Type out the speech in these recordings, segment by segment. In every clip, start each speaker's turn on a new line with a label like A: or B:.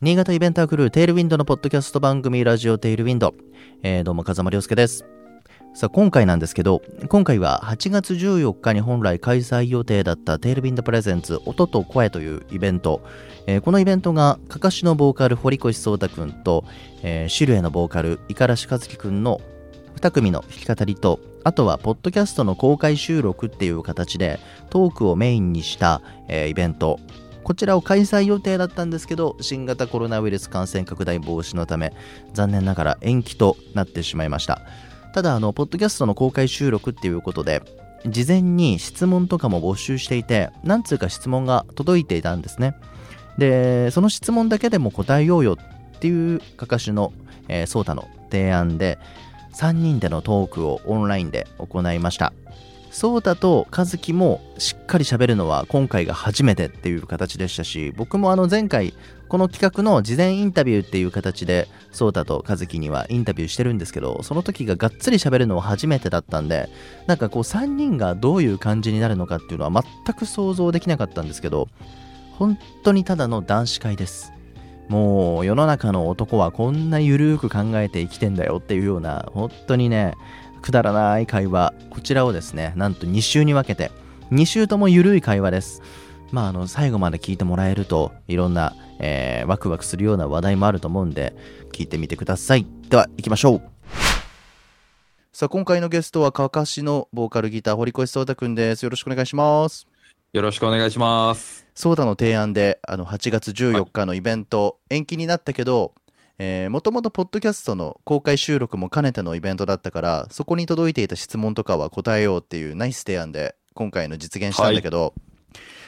A: 新潟イベンタークルーテールウィンドのポッドキャスト番組ラジオテールウィンド、えーどうも風間亮介ですさあ今回なんですけど今回は8月14日に本来開催予定だったテールウィンドプレゼンツ音と声というイベント、えーこのイベントがかかしのボーカル堀越颯太くんと、えーシルエのボーカル五十嵐和樹くんの2組の弾き語りとあとはポッドキャストの公開収録っていう形でトークをメインにした、えーイベントこちらを開催予定だったんですけど新型コロナウイルス感染拡大防止のため残念ながら延期となってしまいましたただあのポッドキャストの公開収録っていうことで事前に質問とかも募集していて何通か質問が届いていたんですねでその質問だけでも答えようよっていうかかしの、えー、ソータの提案で3人でのトークをオンラインで行いましたソータとカズキもしっかり喋るのは今回が初めてっていう形でしたし僕もあの前回この企画の事前インタビューっていう形でソータとカズキにはインタビューしてるんですけどその時ががっつり喋るのは初めてだったんでなんかこう3人がどういう感じになるのかっていうのは全く想像できなかったんですけど本当にただの男子会ですもう世の中の男はこんなゆるーく考えて生きてんだよっていうような本当にねくだらない会話こちらをですねなんと2週に分けて2週ともゆるい会話ですまああの最後まで聞いてもらえるといろんな、えーワクワクするような話題もあると思うんで聞いてみてくださいでは行きましょうさあ今回のゲストはかかしのボーカルギター堀越颯太くんですよろしくお願いします
B: よろしくお願いします。
A: ソーダの提案であの8月14日のイベント、延期になったけどもともとポッドキャストの公開収録も兼ねてのイベントだったからそこに届いていた質問とかは答えようっていうナイス提案で今回の実現したんだけど、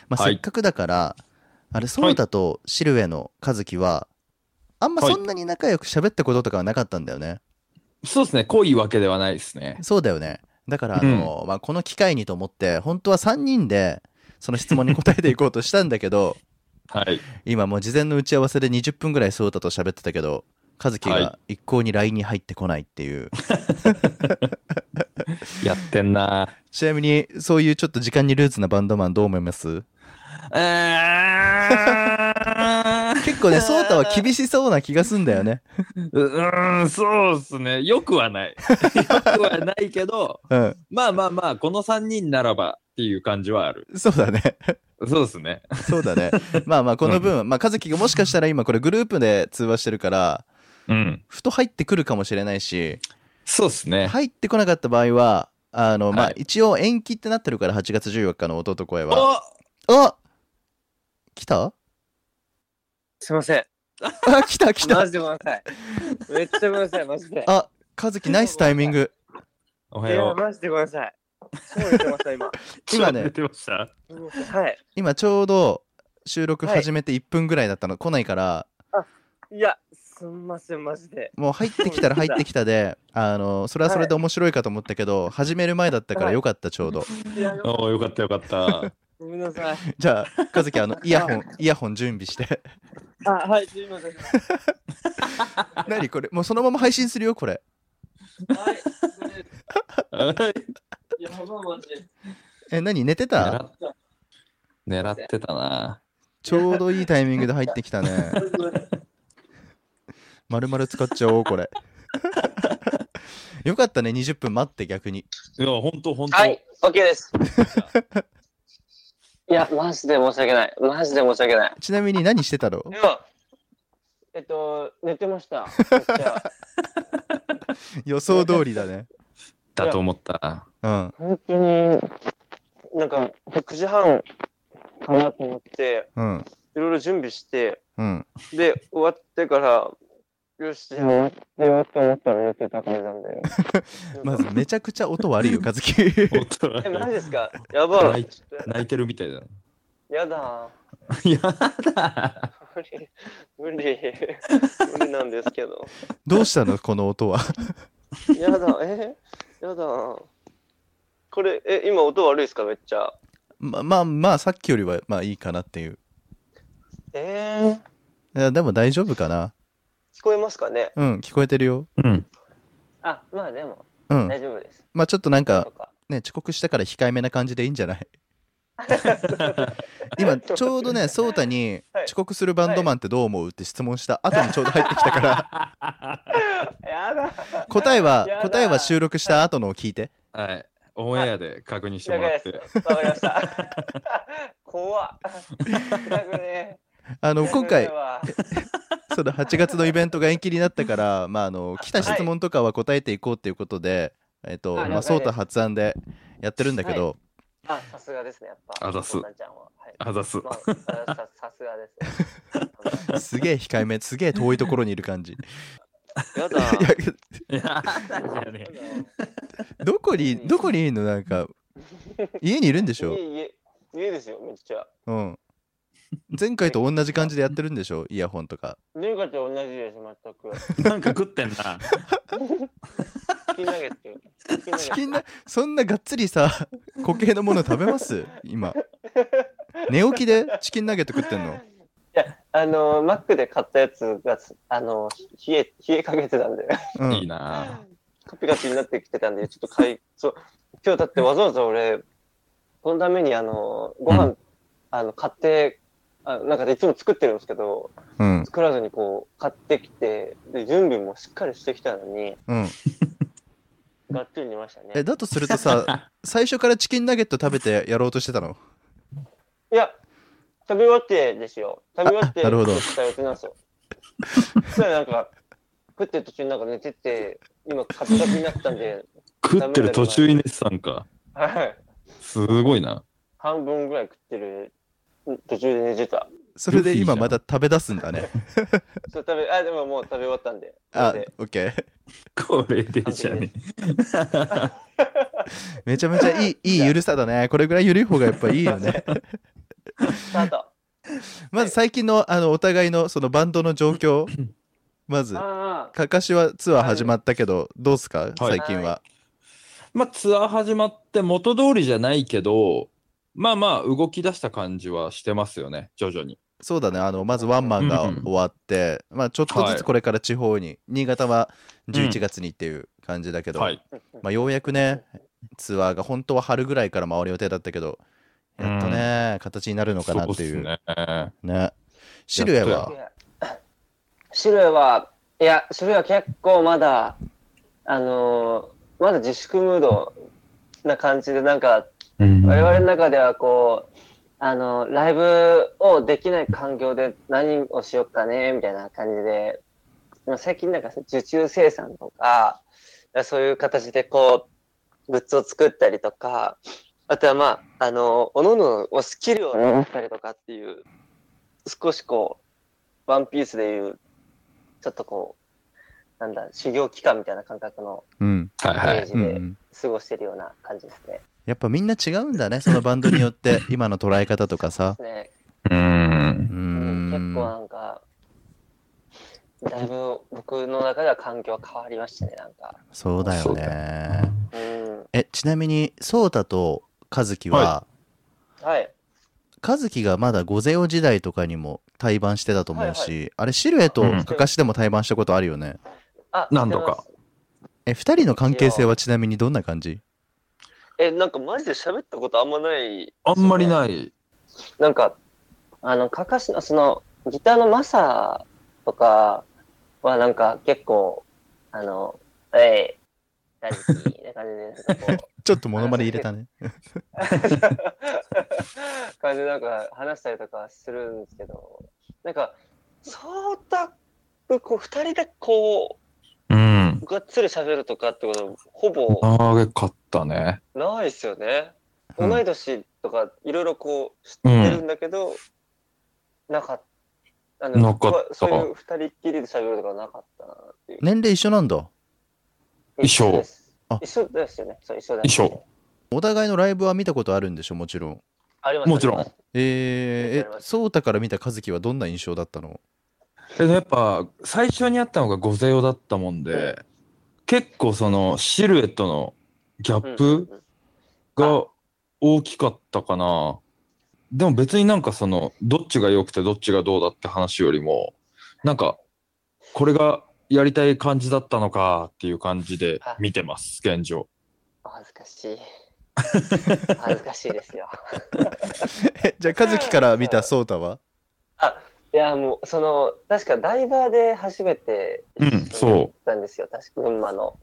A: まあ、
B: は
A: せ
B: い
A: っかくだから、あれソーダとシルエの和樹はあんま
B: はい
A: そんなに仲良く喋ったこととかはなかったんだよね、
B: そうですね、濃いわけではないですね。
A: そうだよねだからあの、まあ、この機会にと思って本当は3人でその質問に答えていこうとしたんだけど
B: はい。
A: 今もう事前の打ち合わせで20分ぐらいソータと喋ってたけど和樹
B: は
A: が一向に LINE に入ってこないっていう、
B: やってんな。
A: ちなみにそういうちょっと時間にルーツなバンドマンどう思います
B: えー
A: 結構 ねソータは厳しそうな気がすんだよね
B: うーん、そうですね。よくはない。よくはないけど、
A: うん
B: まあまあまあ、この3人ならばっていう感じはある。
A: そうだね
B: そうですね。
A: そうだねまあまあこの分、まあ、和樹がもしかしたら今これグループで通話してるから
B: うん。
A: ふと入ってくるかもしれないし
B: そうですね。
A: 入ってこなかった場合はあの、ま
B: は
A: あ
B: い
A: 一応延期ってなってるから8月14日の音と声は
B: お
A: あ来た
C: すいません。
A: あ来た来た
C: マジでごめんなさい。めっちゃごめんなさい、マジで。
A: あ和樹ナイスタイミング
B: お
C: い
B: は
C: や、
B: よう。
C: マジでごめんなさい。超言ってました、今。
A: 今ね
B: 出てました。
C: はい。
A: 今ちょうど収録始めて1分ぐらいだったの、来ないから
C: いや、すんません、マジで。
A: もう入ってきたら入ってきたであのそれはそれで面白いかと思ったけど、始める前だったからよかったちょうど、
C: いや、よ
B: おーよかったよかった。
C: ごめんなさい。
A: じゃあ和樹あ のイヤホンイヤホン準備して
C: あ、はい、すいません。はい、
A: 何これもうそのまま配信するよこれ
C: ごめん
B: はい
C: いや、ほんまマジで。
A: え何寝てた
B: 狙っ狙ってたな。
A: ちょうどいいタイミングで入ってきたね
C: ごめんなさい
A: 丸々使っちゃおうこれ よかったね20分待って逆に
B: いや、ほんとほんと。
C: はい、OK です。いや、マジで申し訳ない。マジで申し訳ない。
A: ちなみに何してたの
C: 今、えっと、寝てました。じゃあ
A: 予想通りだね
B: だと思った。
A: うん
C: 本当に、なんか、9時半かなと思って、
A: うん
C: いろいろ準備して、
A: うん。
C: で、終わってから、よし、終わってよと思ったら寝てた感じなん だよ
A: まずめちゃくちゃ音悪いよ和樹
B: 本当だ
C: え、マジですかやば
B: 泣
C: い
B: い。泣いてるみたいだな。
C: やだ。
B: やだ
C: 無理。無理。無理なんですけど。
A: どうしたのこの音は
C: やだ。えやだ。これ、え、今音悪いですかめっちゃ。
A: ままあまあさっきよりはまあいいかなっていう
C: えー、
A: いやでも大丈夫かな
C: 聞こえますかね
A: うん聞こえてるよ
B: うん。
C: あ、まあでも、
A: うん
C: 大丈夫です。
A: まあちょっとなん
C: と
A: か
C: か
A: ね遅刻したから控えめな感じでいいんじゃない今ちょうどね颯太に
D: はい
A: 遅刻するバンドマンってどう思うって質問した後にちょうど入ってきたから
D: やだ。
A: 答えは
D: やだ
A: 答えは収録した後のを聞いて
B: はい。オンエアで確認してもらって。
D: わかりました。怖っ。痛くね
A: あの今回
D: 痛くねえわ
A: その8月のイベントが延期になったから、まあ、あの来た質問とかは答えていこうっていうことで、えっと
D: はい
A: まあ、
D: 了解
A: ソー
D: です
A: タ発案でやってるんだけど、
D: あ、さすがですね、やっぱ。
B: あざす
D: コナンちゃんは。はい。
B: あざす。
D: まあささすがです ね。
A: すげえ控えめすげえ遠いところにいる感じい
D: やだ。や
A: や
B: いや、あざじゃねえ
D: だ
A: どこにどこにいるのなんか家にいるんでしょ、
D: 家家家ですよ、めっちゃ。
A: うん、前回と同じ感じでやってるんでしょイヤホンとか
D: レイカと同じです、全く。
B: なんか食ってんな。
D: チキンナゲット。チキンナゲ
A: チ
D: ット
A: キンなそんながっつりさ固形のもの食べます今寝起きでチキンナゲット食ってん の
D: あのー、マックで買ったやつが、あのー、冷え、冷えかけてたんで、
A: う
B: いい
A: ん
B: な。
D: カピカピになってきてたんで、ちょっと 買い、そう、今日だってわざわざ俺、このためにあのー、ご飯、
B: う
D: あの、買って、あなんかいつも作ってるんですけど、
A: うん
D: 作らずにこう、買ってきて、で、準備もしっかりしてきたのに、
A: うん
D: がっつり寝ましたね
A: え。だとするとさ最初からチキンナゲット食べてやろうとしてたの
D: いや、食べ終わってですよ。食べ終わって、
A: あなるほど
D: 食ったやつなんですよ。 そしたらなんか、食ってる途中になんか寝てて、今カピカピになったんで、
B: 食ってる途中に寝てたんか。
D: はい。
B: すごいな。
D: 半分ぐらい食ってる途中で寝てた。
A: それで今
B: ルフィじゃん
A: また食べ出すんだね
D: そう食べ、あ、でももう食べ終わったんで。
A: あ
D: それで
A: オッケー
B: これでじゃね
A: めちゃめちゃ いいいいゆるさだねこれぐらいゆるい方がやっぱいいよね
D: スタート。
A: まず最近のあのお互いのそのバンドの状況まず
D: ああ、
A: かかしはツアー始まったけどどうすか最近は
B: え。 まあツアー始まって元通りじゃないけど、まあまあ動き出した感じはしてますよね、徐々に。
A: そうだねあのまずワンマンが
B: うんうん
A: 終わって、まあ、ちょっとず
B: は
A: つ
B: い
A: これから地方に、新潟は11月にっていう感じだけど、
B: はい。
A: まあ、ようやくねツアーが本当は春ぐらいから回る予定だったけどやっとね、形になるのかなっていう
B: そ
A: ね
B: っすね。
A: シルエ
B: やっ
A: は
D: 白谷は、いや、白谷は結構まだ、あのーまだ自粛ムードな感じで、なんか、我々の中ではこう、あの、ライブをできない環境で何をしよっかね、みたいな感じで、まあ最近なんか受注生産とか、そういう形でこう、グッズを作ったりとか、あとはまあ、あの、おのののスキルを持ったりとかっていう、少しこう、ワンピースでいう、ちょっとこう、なんだ、修行期間みたいな感覚の
A: うん、
B: はい
D: イ
B: は
D: メー
B: い。
D: ジ
A: うんう
D: で
A: ん、
D: 過ごしてるような感じですね。
A: やっぱみんな違うんだねそのバンドによって 今の捉え方とかさ
D: ね
B: う
A: う
B: ん
A: ー
D: うん結構
A: ん
D: なんか、だいぶ僕の中では環境は変わりましたね、なんか。
A: そうだ
B: そ
A: よ
B: う
A: ね
D: うん。
A: えちなみに颯太と和樹は、
D: はい。
A: 和樹がまだゴゼオ時代とかにも対バンしてたと思うし、あれシルエと
B: うん
A: かかしでも対バンしたことあるよね、
D: あ、
B: 何度か
D: 知ってます。
A: え二人の関係性はちなみにどんな感じ
D: え、なんかマジで喋ったことあんまない。
B: あんまり
D: い。
B: ない。
D: なんか、あの、かかしの、その、ギターのマサとかはなんか結構、あの、えい、大好きな感じで、なんかこう。
A: ちょっとモノマネ入れ たね
D: 感じでなんか話したりとかするんですけどなんかそうたこう二人でこ
B: うん。
D: うがっつり喋るとかってことほぼ
B: 長かったね。
D: ないですよね、
A: うん
D: 同い年とかいろいろこう知ってるんだけど、なかったあの
B: なかった
D: そういう二人っきりで喋るとかなかったなっていう、
A: 年齢一緒なんだ
B: 一緒
D: です
A: あ
D: 一緒ですよねそう一緒だ
B: 一緒。
A: お互いのライブは見たことあるんでしょもちろん
D: あります
B: もちろん
D: あります
A: え
D: 見て
A: ー、え
D: ます
A: 颯太から見た和樹はどんな印象だったの
B: えやっぱ最初にあったのが御勢用だったもんで、結構そのシルエットのギャッ
D: うん
B: プが大きかったかな。でも別になんかそのどっちが良くてどっちがどうだって話よりもなんかこれがやりたい感じだったのかっていう感じで見てます現状。
D: お恥ずかしい恥ずかしいですよ。
A: えじゃあ和樹から見た颯太はい
D: や、もう、その、確かダイバーで初めて
B: うん
D: 一緒に
B: そう
D: 行ったんですよ、確か群馬の。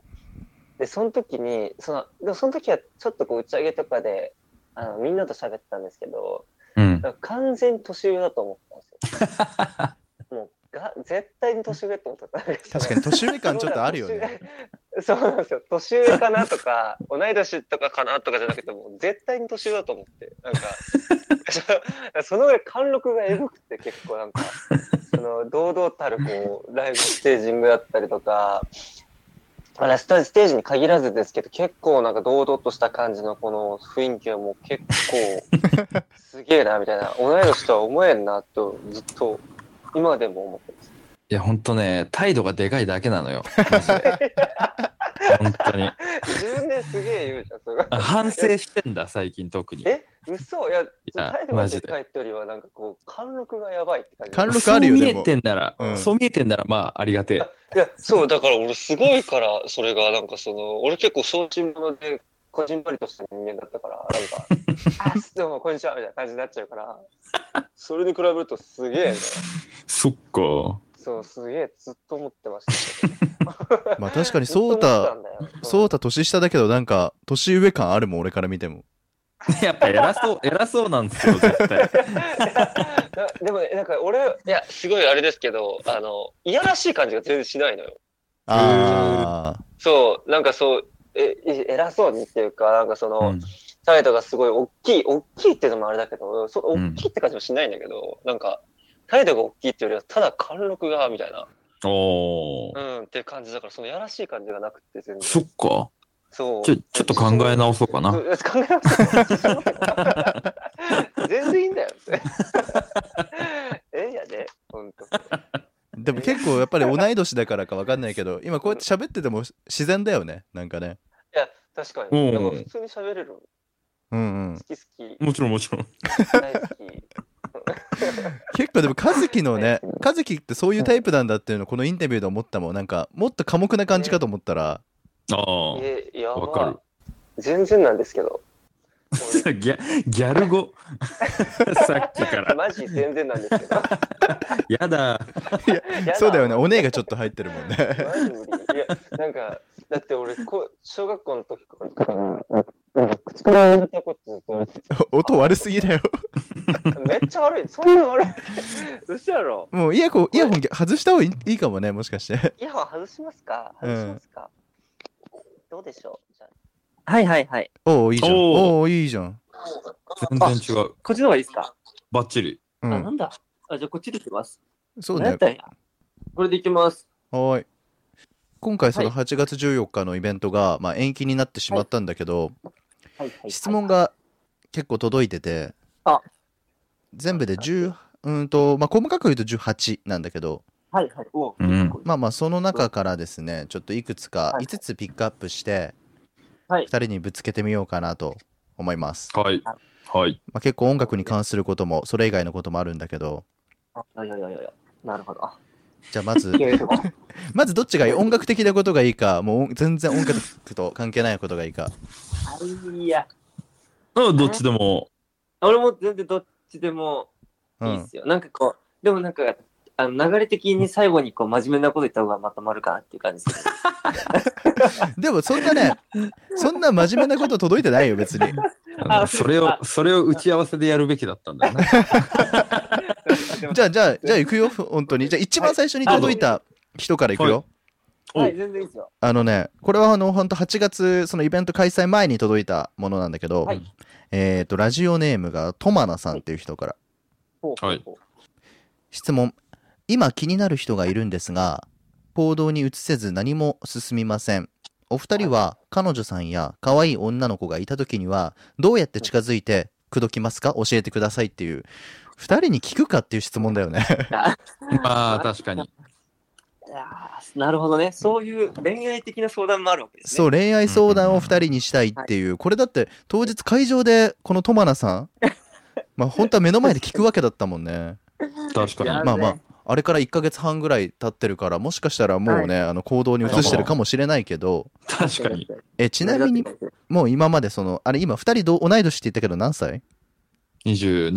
D: で、その時に、その、でもその時はちょっとこう打ち上げとかで、あの、みんなと喋ってたんですけど、
B: うん。
D: だから完全に年上だと思ったんですよ。 もうが、絶対に年上って思ったんですよ
A: 確かに年上感ちょっとあるよ ね。
D: そうなんですよ。年上かなとか、 同い年とかかなとかじゃなくて、もう絶対に年上だと思って、なんか、 そその上貫禄がエグくて結構なんか、その、堂々たるこう、ライブステージングだったりとか、まあスタステージに限らずですけど、結構なんか堂々とした感じのこの雰囲気はもう結構、 すげえな、みたいな、同い年とは思えんな、とずっと、今でも思ってます。
B: いや、ほんとね、態度がでかいだけなのよ。マジで本当に。
D: 自分ですげえ言うじゃん、それ。
B: あ反省してんだ、最近特に。
D: え嘘いや、
B: や
D: 態度
B: マ
D: が
B: ジ
D: で
B: で
D: かいってよりは、なんかこう、貫禄がやばいって感じ。
A: 貫禄あるよ
B: そう見
A: で
B: え
A: も
B: てんなら、
A: うん
B: そう見えてんなら、まあ、ありがてえ。
D: いや、そう、だから俺すごいから、それが、なんかその、俺結構小心者で、こじんまりとした人間だったから、なんか、 あ、どうも、こんにちは、みたいな感じになっちゃうから、それに比べるとすげえね、
B: そっか。
D: そう、すげえ、ずっと思ってましたけど。
A: まあ確かに
D: ずっと
A: 颯
D: 思ってた
A: 太、
D: んだよ。
A: 颯太年下だけどなんか年上感あるもん俺から見ても。
B: やっぱ偉そう、偉そうなんですよ、絶対。
D: なでもね、なんか俺、いや、すごいあれですけど、あの、いやらしい感じが全然しないのよ。
A: ああ。
D: そう、なんかそう、え、え偉そうにっていうか、なんかその、
B: うん
D: 態度がすごい大きい、大きいっていうのもあれだけど、そ
B: うん
D: 大きいって感じもしないんだけど、なんか、態度が大きいっていうよりは、ただ貫禄が、みたいな、
B: お
D: う
B: ー。
D: ん、っていう感じだから、そのやらしい感じがなくて、全
B: そっ
D: 然。
B: か。
D: そう。
B: ちょ、ちょっと考え直そうかな。
D: そう 考えます全然いいんだよ。 ええやで、ほんと。
A: でも結構やっぱり同い年だからかわかんないけど、今こうやって喋ってても自然だよね。なんかね。
D: 確か
B: う
D: に。
B: ん
D: なんか普通に喋れる。
A: う
D: 好
A: んうん。
D: き好き、
B: もちろん、もちろん。
D: 大好き。
A: 結構でも和樹のね、和樹ってそういうタイプなんだっていうのこのインタビューで思ったもん。なんかもっと寡黙な感じかと思ったら、
B: ああ。
D: え、やばい
B: わかる
D: 全然なんですけど。
B: ギャギャル語 さっきから。
D: マジ全然なんですけど。
B: やだ。
D: や
A: そうだよね。お
D: マ
A: 姉がちょっと入ってるもんね。
D: ジ無理。いや、なんか、だって俺、こ小学校の時から、なんか口から言われたことずっと言われて
A: 音悪すぎだ よ。
D: ためっちゃ悪い。そんな悪い。嘘やろ。
A: もうイヤホン、イヤホン外した方がいいいいかもね、もしかして。
D: イヤホン外しますか
A: うん
D: 外しますか、どうでしょうじゃあはいはいはい。
A: おお、いいじゃん。
B: おー
A: おおー、いいじゃん。
B: 全然違う。
D: こっちの方がいいですか、
B: バッチリ。
A: う。
D: あ、なんんだあ、じゃあこっちでいきます。
A: そう
D: 何
A: だ
D: や
A: よ
D: っ。たんや。これでいきます。
A: はーい。今回その
D: は
A: 8月14日のイベントが、まあ、延期になってしまったんだけど、
D: はいはい、はい。
A: 質問が結構届いてて、
D: あ
A: 全部で10、うんと、まあ、細かく言うと18なんだけど、
D: はいはい。おう
B: うん
A: まあまあその中からですね、ちょっといくつか
D: はい
A: 5つピックアップして、
D: は
A: 2
D: い
A: 人にぶつけてみようかなと思います。
B: はい。はい。
A: まあ、結構音楽に関することも、それ以外のこともあるんだけど、
D: あいやいやいやいや。なるほど。
A: じゃあまず
D: い、けるとか。
A: まずどっちがいい音楽的なことがいいか、もう全然音楽と関係ないことがいいか。
E: あいや、
B: うんどっちでも。
E: 俺も全然どっちでも
A: う
E: いい
A: ん
E: っ。すよ。なんかこう、でもなんか、あの流れ的に最後にこう真面目なこと言った方がまとまるかなっていう感 じです。
A: でもそんなね、そんな真面目なこと届いてないよ、別に。
E: あ
B: それを、それを打ち合わせでやるべきだったんだよね。
A: じゃあ、じゃあ、じゃあ行くよ、本当に。じゃあ、一番最初に届いた人から行くよ。
B: お
E: はい、全然いいっすよ。
A: あのね、これはあの、本当8月、そのイベント開催前に届いたものなんだけど、
E: はい
A: えっと、ラジオネームがトマナさんっていう人から。
E: ほうほうほう
A: 質問。今気になる人がいるんですが、行動に移せず何も進みません。お二人は彼女さんや可愛い女の子がいた時には、どうやって近づいて口説きますか教えてくださいっていう、二人に聞くかっていう質問だよね。
B: ま あ、確かに。
E: いやーなるほどね。そういう恋愛的な相談もあるわけですね。
A: そう、恋愛相談を2人にしたいっていう、これだって当日会場でこのト マナさん、まあ本当は目の前で聞くわけだったもんね。
B: 確かに。
E: いや
A: まあまあ、あれから1ヶ月半ぐらい経ってるから、もしかしたらもうね、あの、行動に移してるかもしれないけど、
B: 確かに。
A: え、ちなみに、もう今までその、あれ今2人ど同い年って言ったけど何歳
B: 27。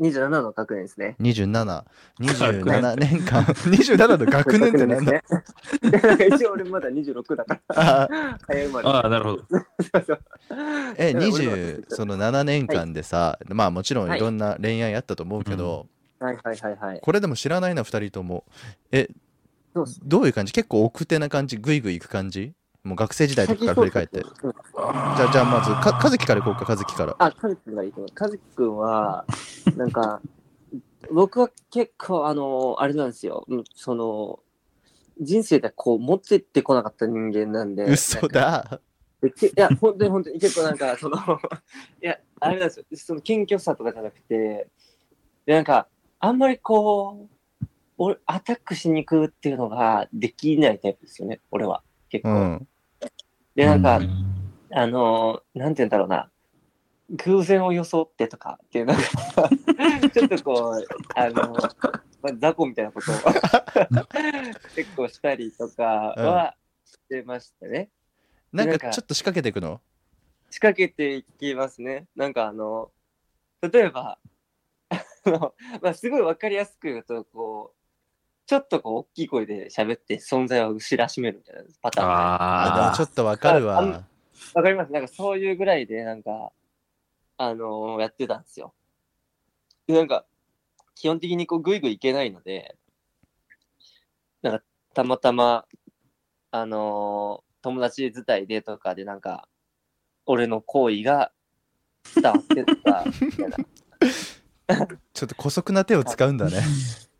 D: 27の学年ですね。
A: ?27。
B: 学年
A: 27年 間。27の学年ってなんだ
D: 学年ですね。一応俺まだ26だから、
A: あ
D: 早いまれ。
B: ああ、なるほど。
A: え、
D: だから俺ら
A: 20、その7年間でさ、まあもちろんいろんな恋愛あったと思うけど、
D: はいはいはいはい。
A: これでも知らないな、2人とも。え
D: そうっす、
A: どういう感じ結構奥手な感じグイグイ行く感じもう学生時代とかから振り返って。じ
D: うん
A: ゃあ、じゃあまず、か、和樹から行こうか、和樹から。
D: あ、カズくんがいいと思う。カズくんは、なんか、僕は結構、あの、あれなんですよ。うんその、人生でこう、持ってってこなかった人間なんで。
A: 嘘だ。
D: でけいや、本当に本当に、結構なんか、その、 いや、あれなんですよ。その謙虚さとかじゃなくて、でなんか、あんまりこう、俺、アタックしに行くっていうのができないタイプですよね、俺は。結
A: う
D: 構。
A: ん。
D: で、なんか、
B: うん
D: あのー、なんて言うんだろうな。偶然を装ってとかっていう、なんか、ちょっとこう、あのー、まあ、雑魚みたいな ことを結構したりとかはしてましたね。
A: なん
D: なん
A: か
D: か
A: ちょっと仕掛けていくの
D: 仕掛けていきますね。なんかあの、例えば、あの、まあ、すごいわかりやすく言うと、こう、ちょっとこう、大きい声で喋って存在を知らしめるみたいなパターン。
A: あ、でも
B: あ
A: ちょっとわかる
D: あ
A: わ
D: ん。わかります。なんかそういうぐらいで、なんか、あのーやってたんですよ。で、なんか、基本的にこう、ぐいぐいいけないので、なんか、たまたま、あのー友達伝いでとかで、なんか、俺の行為が伝わってた、みたいな。
A: ちょっと古速な手を使うんだね。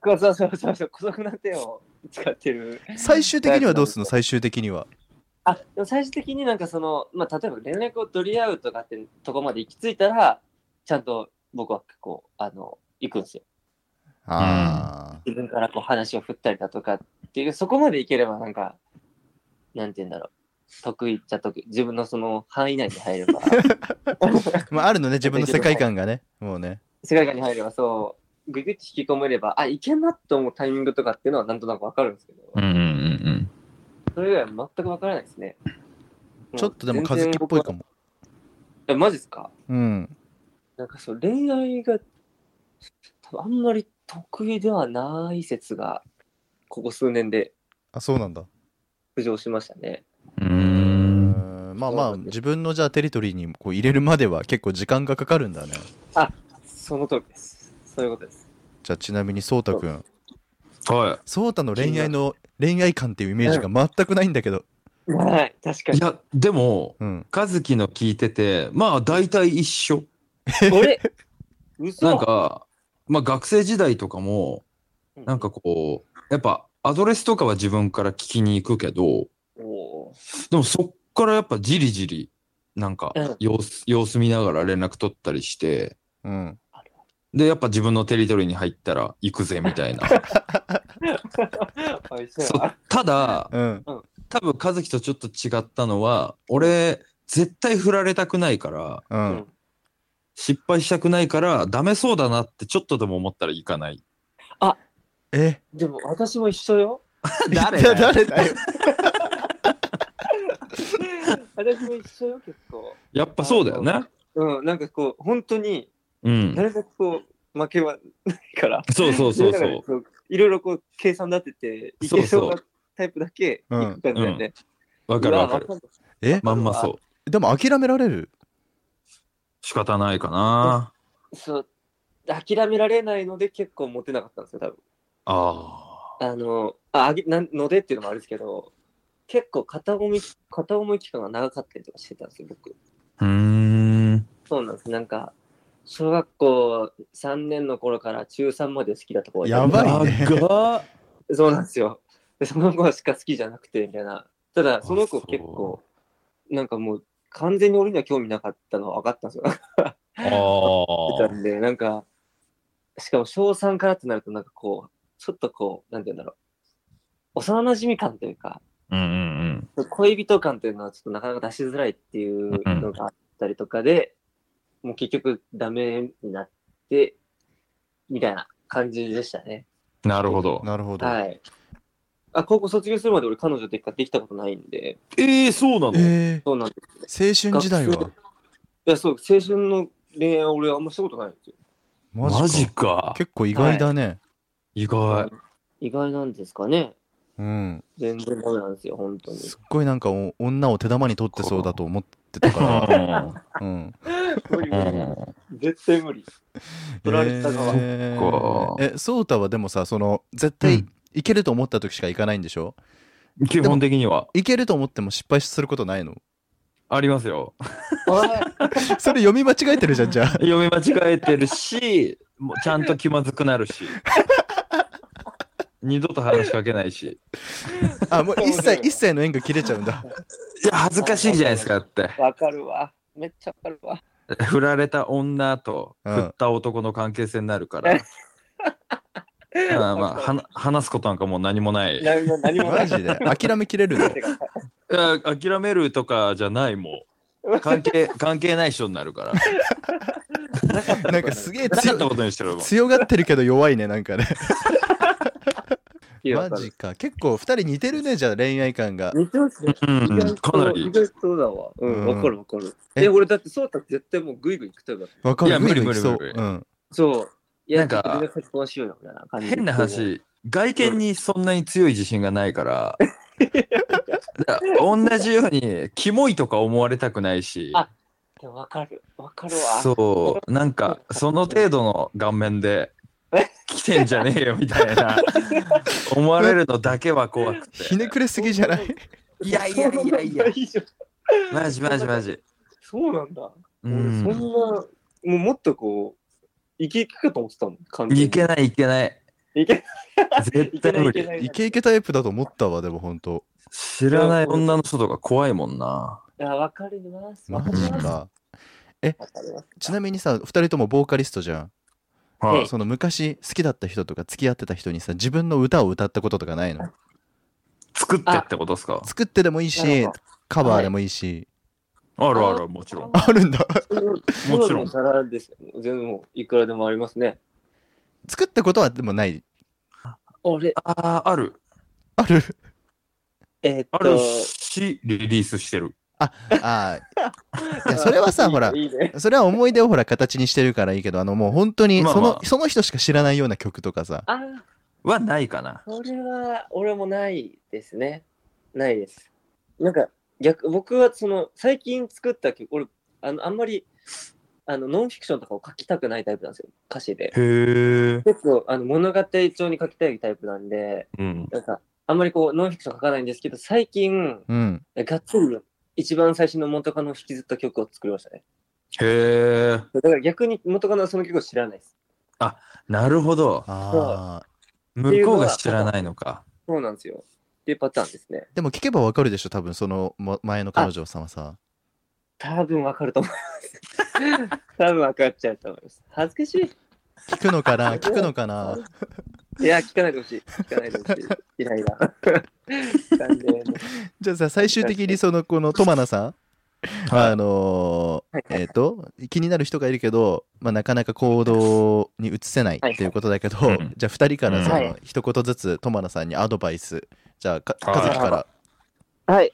D: そうそうそうそうそう、孤独な手を使ってる。
A: 最終的にはどうすんの最終的には。
D: あ、でも最終的になんかその、まあ、例えば連絡を取り合うとかってとこまで行き着いたら、ちゃんと僕は結構、あの、行くんですよ。
A: あ
D: 自分からこう話を振ったりだとかっていう、そこまでいければなんか、なんて言うんだろう。得意っちゃ得意。自分のその範囲内に入 れば、
A: あ。まあ、あるのね、自分の世界観がね。もうね。
D: 世界観に入ればそう、ぐぐって引き込めれば、あ、いけんなと思うタイミングとかっていうのはなんとなくわかるんですけど、
B: あ。うんうんうん
D: それ以外は全くわからないですね。
A: ちょっとでも和樹っぽいか
D: もう全然僕は。
A: も。
D: え、マジですか
A: うん。
D: なんかそう、恋愛が、多分あんまり得意ではない説が、ここ数年で
A: あ、そうなんだ。
D: 浮上しましたね。
B: うん。う
A: う
B: ーん。
A: んまあまあ、自分のじゃあテリトリーにこう入れるまでは結構時間がかかるんだね。
D: その通りです。そういうことです。
A: じゃあちなみに颯太くん。
B: は
A: 颯太の恋愛の恋愛観っていうイメージが全くないんだけど。
D: はい、確か
B: い。い
D: に。
B: や、でも、
A: うん。
B: 和樹の聞いてて、まあ大体一緒。
D: 俺、嘘
B: なん、か、まあ学生時代とかも、
D: う
B: なんか、こう、やっぱアドレスとかは自分から聞きに行くけど、
D: おー
B: でもそっからやっぱじりじり、なんか
D: うん
B: 様子、様子見ながら連絡取ったりして、
A: うん。
B: で、やっぱ自分のテリトリーに入ったら行くぜみたい な。
D: あ一緒
B: そ
D: や
B: うただ、
A: うん。
B: 多分和樹とちょっと違ったのは、俺、絶対振られたくないから、
A: うん。
B: 失敗したくないから、ダメそうだなってちょっとでも思ったら行かない。
A: え
D: でも私も一緒よ。
B: 誰
A: いや誰だよ。
D: 私も一緒よ、結構。
B: やっぱそうだよね。
D: うん、なんかこう、本当に、
B: うん
D: な。るべくこう、負けはないから。
B: そうそうそうそ
D: だか ら
B: う。
D: こいろいろこう、計算立てて、いけそうなタイプだけ、いく感じだよね。
B: わ
D: わ
B: かるわかる。
D: わか
A: え
B: まんまそう。
A: でも諦められる
B: 仕方ないかな。
D: そう、諦められないので結構モテなかったんですよ、多分。
B: あ
D: あの、あ、あげ、なんのでっていうのもあるんですけど、結構片思い、片思い期間が長かったりとかしてたんですよ、僕。
B: あ。うーん。
D: そうなんです。なんか、小学校3年の頃から中3まで好きだった子がいて
A: やばいね
B: 長っ
D: そうなんですよ。で、その子しか好きじゃなくて、みたいな。ただ、その子結構、なんかもう、完全に俺には興味なかったのは分かったんですよ。
B: ああ
D: た。んで、なんか、しかも小3からってなると、なんかこう、ちょっとこう、なんて言うんだろう。幼馴染み感というか、
B: うんうん
D: 恋人感というのはちょっとなかなか出しづらいっていうのがあったりとかで、もう結局ダメになって、みたいな感じでしたね。
B: なるほど。
A: なるほど。
D: はい。あ、高校卒業するまで俺彼女でできたことないんで、
B: ええそうなの、
A: え
D: そうなんです。
A: ー、青春時代は
D: はいや、そう、青春の恋愛は俺あんましたことないんですよ。
A: マジか
B: マジか。
A: 結構意外だね。
B: 意外。
D: 意外なんですかね。
A: うん。
D: 全然ダメなんですよ、本当に。
A: すっごいなんかお女を手玉に取ってそうだと思ってたか
B: う
A: ら。うん。
D: 無理
B: ん。う
D: 無理。
B: ん
D: 絶対無理。取られた側
A: え
B: そっか
A: ー、え、ソータはでもさ、その、絶対行けると思った時しか行かないんでしょ、
B: 基本的には。
A: 行けると思っても失敗することないの
B: ありますよ。
A: それ読み間違えてるじゃん、じゃあ。
B: 読み間違えてるし、もうちゃんと気まずくなるし。二度と話しかけないし。
A: あ、もう一
D: そうね
A: 切、一切の縁が切れちゃうんだ。
B: いや、恥ずかしいじゃないですかだって。
D: わかるわ。めっちゃわかるわ。
B: 振られた女と
A: うん
B: 振った男の関係性になる から。あまあ、はな話すことなんかもう何もない。いや
D: 何も何もな
A: マ
D: い。
A: ジで。諦めきれる の。
B: 諦めるとかじゃないもう。関係、関係ない人になるから。
A: なんかすげえ
B: なか
A: 強
B: ったことにしてるもん。
A: 強がってるけど弱いね、なんかね。
D: いや
A: マジか。結構二人似てるね、じゃあ恋愛感が。
D: 似てますね。
B: うん
D: 意外と
B: かな
D: 意
B: り。
D: 外とそうだわ。う
A: うん
D: ん、わかるわかる。
A: え
D: え、俺だってそうだって絶対もうグイグイ行くタイプだった。
A: わかる。
B: いや無理
A: グイグイ行きそう
B: 無理無理
A: うん。
D: そう。いや、
B: なんか
D: ちょっと連絡先交換しようよみたいな感じで。
B: 変な話、外見にそんなに強い自信がないから、だから同じように、キモいとか思われたくないし、
D: あでもわかる。わかるわ。
B: そう、なんか、その程度の顔面で、来てんじゃねえよみたいな、思われるのだけは怖くて。
A: ひねくれすぎじゃない
B: いやいやいやいや、
D: や。
B: マジマジマジ。
D: そうなんだ。
B: う
D: 俺そんな、
B: ん。
D: もうもっとこう、イケイケかと思ってたの。完全に
B: いけないいけない。
D: いけ
B: 絶対無
D: いけ
B: 理
D: な。い
A: イケイケタイプだと思ったわ、でも本当。
B: 知らない女の人とか怖いもんな。
D: あ、わかります。
A: マ
D: わかり
A: ジ
D: ます。
A: か。
D: わかります。
A: ちなみにさ、二人ともボーカリストじゃん。
B: は
D: え
B: い
A: その昔好きだった人とか付き合ってた人にさ、自分の歌を歌ったこととかないの
B: 作ってってことですか
A: 作ってでもいい
D: なる
A: し
D: ほど、
A: カバーでもいいし。
B: あるあるある、もちろん。
A: あるんだ。
B: もちろん
D: サラですよ。全部もういくらでもありますね。
A: 作ったことはでもない。
D: 俺、
B: ああ、ある。
A: ある。
D: えーっ
B: ある
D: と、
B: し、リリースしてる。
A: ああ。いや、それはさ、ほら、
D: いいね。
A: それは思い出をほら形にしてるからいいけど、あのもう本当に
B: まあ
A: その、
B: まあ
A: その人しか知らないような曲とかさ。
D: あー、
B: はないかな。
D: これは、俺もないですね。ないです。なんか、逆、僕はその、最近作った曲、俺、あの、あんまり、あの、ノンフィクションとかを書きたくないタイプなんですよ。歌詞で。
B: へえ。
D: 結構、あの、物語調に書きたいタイプなんで、
B: うん。
D: なんか、あんまりこう、ノンフィクション書かないんですけど、最近、
A: うん。
D: がっつり、一番最初の元カノを引きずった曲を作りましたね。
B: へえ。
D: だから逆に元カノはその曲を知らないです。
B: なるほど。
A: ああ。
B: 向こうが知らないのか。
D: そうなんですよ。っていうパターンですね。
A: でも聞けばわかるでしょ、多分そのも前の彼女さんはさ。
D: 多分わかると思います。多分わかっちゃうと思います。恥ずかし。
A: 聞くのかな聞くのかない
D: いや、聞かないでほしい。聞かないでほしい。イライラ。完全に
A: じゃあさ、最終的にその、このトマナさん。
B: はい
A: あのーえっ、と、気になる人がいるけど、まあ、なかなか行動に移せないっていうことだけど、
B: はい
A: じゃあ2人からその、
D: はい
A: 一言ずつトマナさんにアドバイス。じゃあ、か、
B: はい
A: かずきから。
D: はい。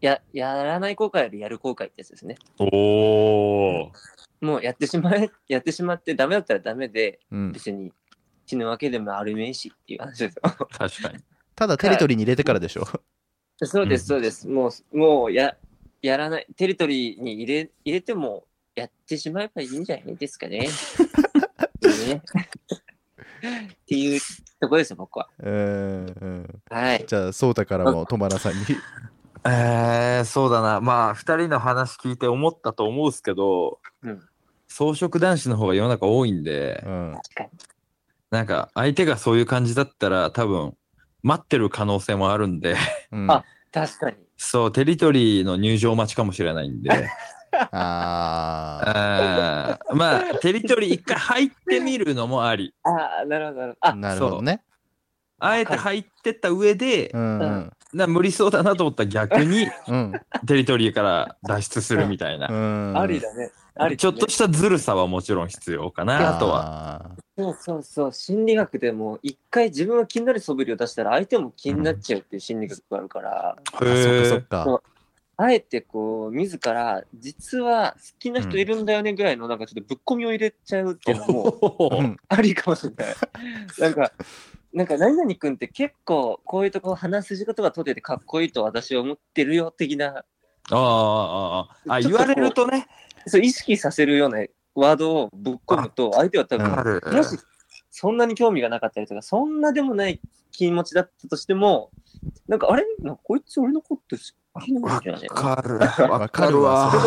D: や、やらない後悔よりやる後悔ってやつですね。
B: おお。
D: もうやってしまえ、やってしまってダメだったらダメで、
A: うん。
D: 別に死ぬわけでもあるめえしっていう話ですよ。
B: 確かに。
A: ただ、テリトリーに入れてからでしょ。
D: そうです、そうです。もう、もうや、やらない、テリトリーに入れ、入れても、やってしまえばいいんじゃないで すかね。ねっていうとこですよ、僕は。
A: うんうん。
D: はい。
A: じゃあ、ソータからも、トマナさんに。
B: えー、そうだな。まあ、二人の話聞いて思ったと思うんすけど、
D: うん。
B: 装飾男子の方が世の中多いんで、
A: うん。
D: 確かに。
B: なんか、相手がそういう感じだったら、多分、待ってる可能性もあるんで、
A: うん、あ
D: あ確かに。
B: そう、テリトリーの入場待ちかもしれないんで、
A: あ
B: あーまあ、テリトリー一回入ってみるのもあり。
D: ああ、なるほど、なるほど。あ、
A: ー。なるほどね。
B: あえて入ってった上で、
A: うんうん
B: な無理そうだなと思ったら 逆に
A: うん
B: テリトリーから脱出するみたいな、
A: うん
D: ありだね。ありだね
B: ちょっとしたずるさはもちろん必要かなあとは
A: は
D: そうそうそう。心理学でも、一回自分が気になる素振りを出したら、相手も気になっちゃうっていう心理学があるから、
A: そっかそっ
B: へ
A: か
D: そうあえてこう、自ら、実は好きな人いるんだよねぐらいの、なんかちょっとぶっ込みを入れちゃうっていうのも、
A: う
B: え
A: ん
D: ありかもしれない。なんか、なんか、何々君って結構、こういうとこ話す仕事が取っててかっこいいと私は思ってるよ、的な、
B: ああああああ
D: ちょ
B: 言わ
D: っとこう
B: れるとね
D: そう、意識させるようなワードをぶっ込むと、相手は多分、
A: わか
B: る
D: もしそんなに興味がなかったりとか、そんなでもない気持ちだったとしても、なんか、あれなんかこいつ俺のこと好きなんじゃない
B: わかるわ
A: わ
B: か
A: か
B: る
A: る
B: わ
A: わそ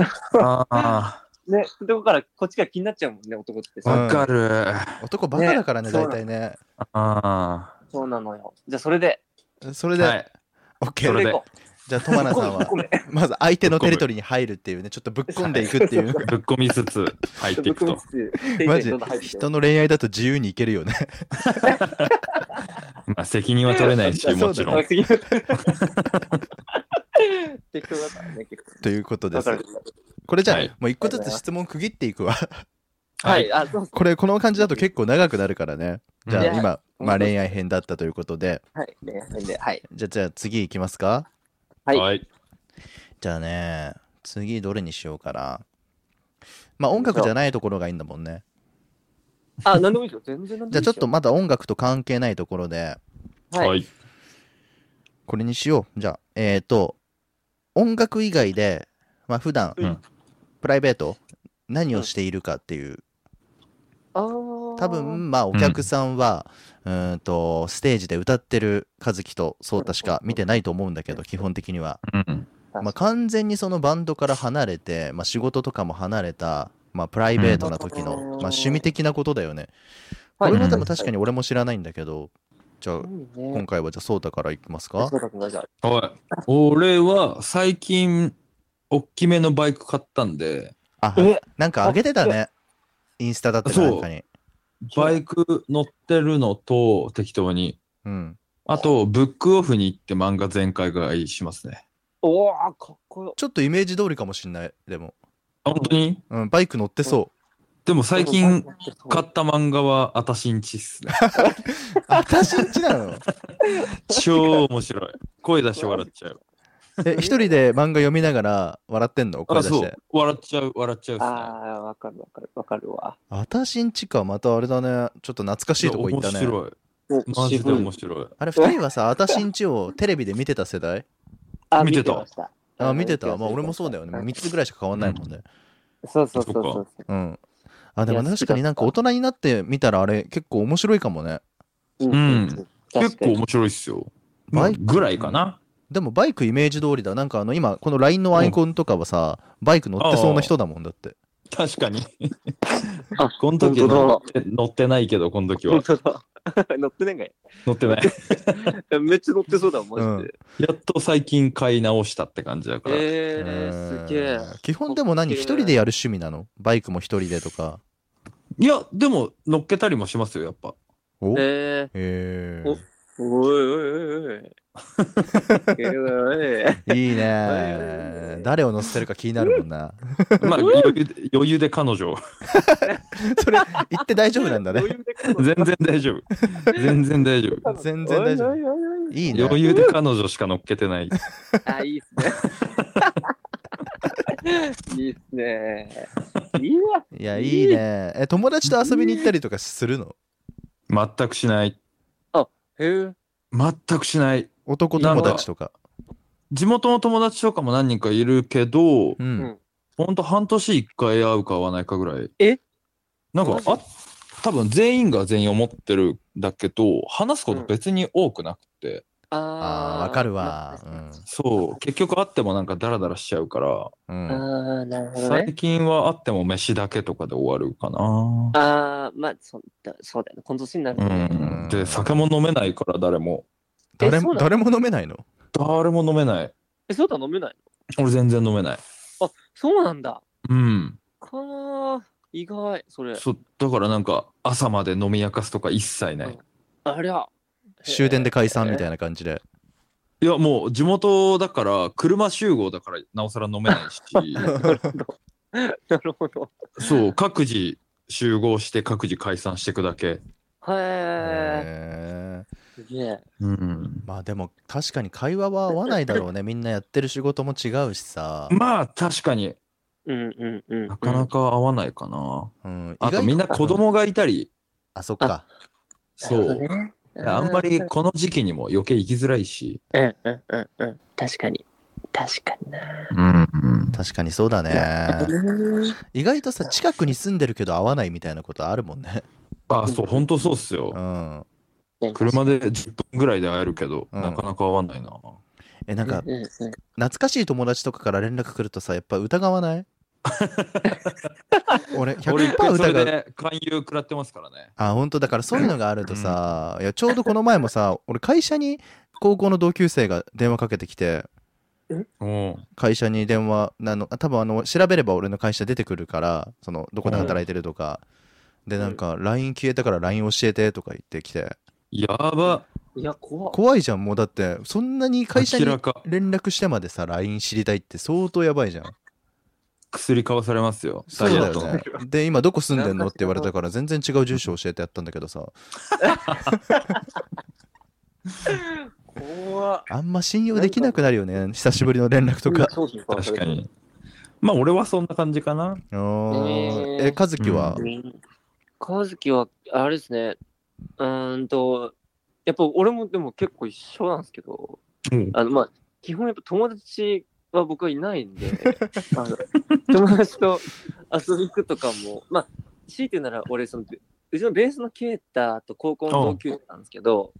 A: れは
B: ああ
D: ね、そういうとこからこっちが気になっちゃうもんね、男って
A: う
D: さ。
A: ん
B: わかる、
A: 男バカだからね
D: ね
A: 大体ね
B: あ
D: そうなのよ。じゃあ、それで、
A: それ
B: あ
A: で、
B: はい
A: OK
B: そ
D: そ
B: れで
D: れで行こ
A: じゃあトマ
D: う。
A: ナさんは
D: ごめんごめん
A: まず相手のテリトリーに入るっていうねちょっとぶっ込んでいくっていう
B: ぶっ込みつつ入っ て いくと
A: マジ人
D: 人
A: の恋愛だと自由にいけるよね
B: まあ責任は取れないし
A: そうだ
B: もちろ
D: の
B: ん
D: 次の適当だったね、結
A: ということ
D: 構。
A: で
D: わ
A: す
D: かる。
A: これじゃあ、
B: はい
A: もう一個ずつ質問区切っていくわ
D: は
B: はい
D: い、あ、そうそ
A: これこの感じだと結構長くなるからねじゃあ
D: いや
A: 今、まあ、恋愛編だったということで
D: う。はい、ね、で、はい。
A: じゃあじゃあ次いきますか
D: はい
B: はい
A: じゃあね次どれにしようかなまあ音楽じゃないところがいいんだもんね
D: あ、なんでもいいですよ。全然なん
A: じ
D: で
A: ゃあ
D: もいい
A: ちょ
D: で
A: っ
D: す
A: と
D: よ。
A: まだ音楽と関係ないところで
D: は。
B: はいい
A: これにしようじゃあえっ、と音楽以外でまあ普段、
B: うん
A: プライベート何をしているかっていう
D: あー
A: 多、分まあお客さんは、うーんとステージで歌ってる和樹と颯太しか見てないと思うんだけど基本的には、
B: うん
A: まあ、完全にそのバンドから離れて、まあ、仕事とかも離れた、まあ、プライベートな時の、ま
D: うん
A: あ、趣味的なことだよね、
D: はい
A: これもでも確かに俺も知らないんだけど、じゃあ今
D: 今
A: 回はじゃあ颯太からいきますか
D: そうだったんだじゃあ
B: はい俺は最近大きめのバイク買ったんで
A: あ
D: え
A: なんかあげてたねインスタだったかなんかに
B: バイク乗ってるのと適当に
A: うん
B: あとブックオフに行って漫画全開買いしますね
D: おー、かっこよ。
A: ちょっとイメージ通りかもしんないでも、
B: 本当に
A: うん、バイク乗ってそ
B: でも最近買
D: か
B: った漫画はあたしんちっすね
A: う私んちなの
B: 超面白い声出して笑っちゃう
A: え、一人で漫画読みながら笑ってんの声
B: あ
A: 出
B: そ
A: し
B: う
A: て。
B: 笑っちゃう笑っちゃうっすね
D: あー、わかるわかるわかるわ。
A: 私んちか、またあれだね。ちょっと懐かしいとこ行ったね
B: 面。白いマジで面白い
A: あれ、二人はさ、私んちをテレビで見てた世代
D: あ
B: 見てた
D: ました
A: あ、見てた。まあ、俺もそうだよね。もう
D: はい
A: 3つぐらいしか変わんないもんね。
D: そうそうそうそう。
A: うん。あ、でも
D: いや
A: 確かになんか大人になってみたらあれ結構面白いかもね。
D: うん
B: 結
D: 確か
B: 構
D: に
B: 面白いっすよ
A: バイク
B: ぐらいかな
A: でもバイクイメージ通りだ。なんかあの今、この LINE のアイコンとかはさ、バイク乗ってそうな人だもんだって。
B: 確かに
D: あ
B: この時
D: 本当だ
B: 乗って乗ってないけどこの時は
D: 本当だ 乗ってないんかい
B: 乗って ない
D: めっちゃ乗ってそうだもん、マジで。
B: やっと最近買い直したって感じだから。
D: え
A: うん
D: ー、すげえ。
A: 基本でも何、
D: かっ
A: 一
D: けえ
A: 人でやる趣味なのバイクも一人でとか。
B: いや、でも乗っけたりもしますよ、やっ ぱ。
A: おへ
D: え
A: え。
D: ー、おいおいおいお い。
A: い
D: おいおい
A: い
D: は
A: ね
D: い。
A: 誰を乗せてるか気になるもんな。
B: まあ、余裕で余裕で彼女を。
A: それ、言って大丈夫なんだね
D: 余。裕で彼女
B: 全然大丈夫。全然大丈夫。
A: 全然大丈
D: おいおいおいおい
A: いいね。
B: 余裕で彼女しか乗っけてない。
D: あ、いいっすね。 いいっすね。いいわ。
A: いや、いいね。え、友達と遊びに行ったりとかするの
B: 全くしない。
D: へえ。
B: 全くしない。
A: 男友達とか。
B: 地元の友達とかも何人かいるけど
A: う、
D: うん
A: ん。
B: ほんと半年一回会うか会わないかぐらい。
D: え
B: なんか
D: マ、ジ
B: あ、多分全員が全員思ってるんだけど、話すこと別に多くなくて。
A: あ
D: あ
A: あ、わかるわ。うん
B: そう、結局会ってもなんかダラダラしちゃうから、
A: うん。
D: ああ、なるほどね
B: 最。近は会っても飯だけとかで終わるかな。
D: ああ、まあ、そだそうだよね。この年になる
B: う
D: とね。
A: うん
B: ん。で、酒も飲めないから誰も。
A: 誰
D: そう
A: も、
D: なの
A: 誰も飲めないの
B: 誰も飲めない。
D: え、そうだ、飲めない
B: 俺全然飲めない。
D: のあ、そうなんだ。
B: うん。
D: かな意外、それ。
B: そだからなんか朝まで飲み明かすとか一切ない。
D: ありゃ、
A: 終電で解散みたいな感じで。
B: いや、もう地元だから、車集合だから、なおさら飲めない し、
D: なるほど。
B: そう、各自集合して、各自解散していくだけ。
D: へえ。
A: へー
D: すげえ。
B: うん。
A: まあでも確かに会話は合わないだろうね。 みんなやってる仕事も違うしさ。
B: まあ、確かに
D: うんうんうん。
B: なかなか合わないかな。
A: うん、意
B: あ
A: 外
B: と、みんな子供がいたり、
A: あ、そっか。
B: そう。あんまりこの時期にも余計行きづらいし。
D: うんうんうんうん。確かに。確かにな。
B: うん。
A: 確かにそうだね。意外とさ、近くに住んでるけど会わないみたいなことあるもんね。
B: あ、そう、本当そうっすよ
A: う。ん。
B: 車で10分ぐらいで会えるけど、
A: うん
B: なかなか合わないな。
A: え、なんか
D: う、んうん
A: 懐かしい友達とかから連絡来るとさ、やっぱ疑わ ない俺、
B: 俺、一
A: 100%
B: 回それ
A: 疑う。
B: で勧誘食らってますからね。
A: あ、本当だからそういうのがあるとさ、いや、ちょうどこの前もさ、俺会社に高校の同級生が電話かけてきて、
B: うん。
A: 会社に電話、あの、多分あの、調べれば俺の会社出てくるから、その、どこで働いてるとか、で、なんか、LINE 消えたから LINE 教えてとか言ってきて、
B: やば。
D: いや、怖っ。
A: 怖いじゃん、もうだって、そんなに会社に
B: 明らか。
A: 連絡してまでさ、LINE 知りたいって相当やばいじゃん。
B: 薬買わされますよ。
A: そ
B: ダ
A: う
B: イエ
A: だ
B: ット
A: よ
B: の
A: ね。で、今どこ住んでんのって言われたから、全然違う住所教えてやったんだけどさ、
D: 怖っ。
A: あんま信用できなくなるよね、久しぶりの連絡とか。
B: 確か。に。まあ、俺はそんな感じかな。
A: お
D: え
A: ー
D: ー
A: え、和樹は、
D: 和樹は、あれですね、うーんと、やっぱ俺もでも結構一緒なんですけど、
B: うん
D: あの、まあ、基本やっぱ友達は僕はいないんで、あの友達と遊び行くとかも、まあ、強いて言うなら俺、その、うちのベースのケーターと高校の同級生なんですけど、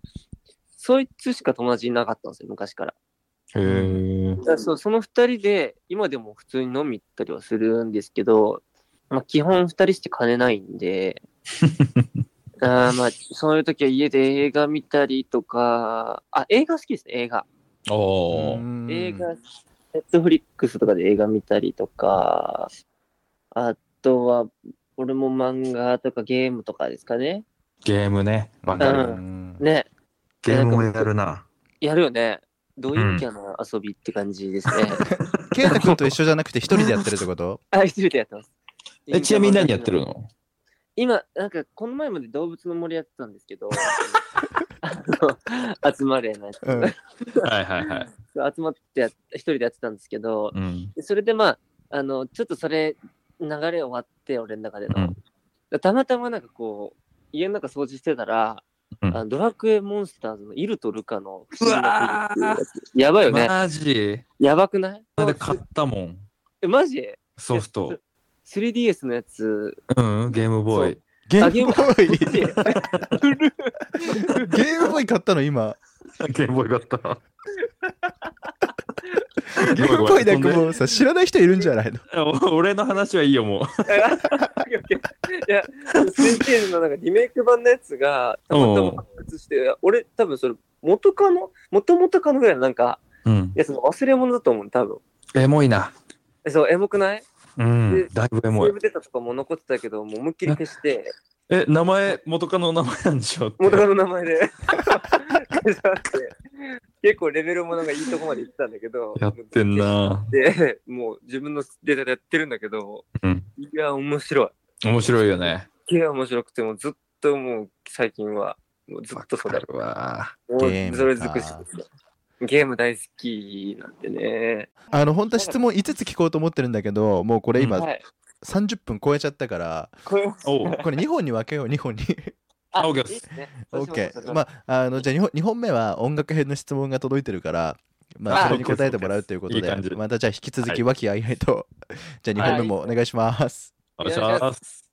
D: そいつしか友達いなかったんですよ、昔から。
B: へえ。
D: だからそうその二人で、今でも普通に飲み行ったりはするんですけど、まあ、基本二人して金ないんで、あーまあそういう時は家で映画見たりとか、あ、映画好きですね、映画。
B: おー。
D: 映画
A: う、
D: ネットフリックスとかで映画見たりとか、あとは、俺も漫画とかゲームとかですかね。
B: ゲームね。わか
A: ー
B: る。
A: ん
D: ね、
B: ゲームもやるな。
D: やるよね。どういうキャな遊びって感じですね。
A: ケイタ君と一緒じゃなくて一人でやってるってこと
D: あ、一人でやってます。
B: え、ちなみに何やってるの
D: 今、なんか、この前まで動物の森やってたんで すけど、あの集まれない、
A: うん
B: はいはいはい。
D: 集まってやっ一人でやってたんですけど、
B: うん。
D: でそれでまあ、あの、ちょっとそれ、流れ終わって、俺の中での。
B: うん
D: だたまたまなんかこう、家の中掃除してたら、
B: うん
D: あのドラクエモンスターズのイルとルカの不思議な国っていうやつ やばいよね。
B: マジ
D: やばくない
B: で買ったもん。
D: えマジ
B: ソフト。
D: ?3DS のや つ。
B: うん、ゲームボーイ。
A: ゲ
D: あ
A: ームボ ーイ
D: マジ古っ
A: ゲームボーイ買ったの今
B: ゲームボーイ買った。
A: ゲームボーイだけもうさ知らない人いるんじゃ ないの
B: 俺の話はいいよ、もう。
D: いや、スイッチのなんかリメイク版のやつが、たまたま発掘して、俺多分それ、元カノ元々カノぐらいのなんか、
B: うん
D: い。や、その忘れ物だと思う、多分。
B: エモいな。
D: えそう、エモくない
B: うん。だいぶエ
D: セ
B: モ
D: ー
B: い。
D: ブデータとかも残ってたけど、もう思いっきり消して、
B: え、名前、元カノの名前なんでしょって
D: 元カノの名前で 消しちゃって。結構レベルもなんかいいとこまで行ってたんだけど、
B: やってんな。
D: で、もう自分のデータでやってるんだけど、
B: うん
D: いや、面白い。
B: 面白いよね。
D: いや、面白くて、もうずっともう最近は、もうずっとそれ
B: わか。るわ。
D: も
A: ゲーム
D: う
A: か
D: それ尽くしですよゲーム大好きなんでね。
A: あの本当は質問5つ聞こうと思ってるんだけどもうこれ今
D: はい。
A: 30分超えちゃったから
D: これも
B: おう。
A: これ2本に分けよう2本に
D: あ、
B: オ
D: い
B: ーケ
D: い
B: ー
D: で
B: です
D: すね。
A: OK まああのじゃあ 2, 本二本目は音楽編の質問が届いてるからまあ
B: あ
A: それに答えてもらうということ
B: いい感
A: で
B: じ
A: またじゃあ引き続き
B: は
A: 和気あいあいとじゃあ2本目もお願いします、
B: お願いします。